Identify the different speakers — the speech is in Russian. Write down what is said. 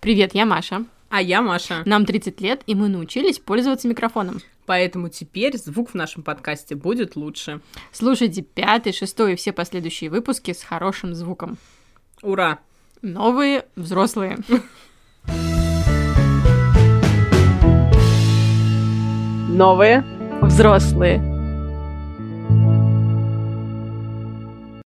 Speaker 1: Привет, я Маша.
Speaker 2: А я Маша.
Speaker 1: Нам 30 лет, и мы научились пользоваться микрофоном.
Speaker 2: Поэтому теперь звук в нашем подкасте будет лучше.
Speaker 1: Слушайте пятый, шестой и все последующие выпуски с хорошим звуком.
Speaker 2: Ура!
Speaker 1: Новые взрослые.
Speaker 3: Новые взрослые.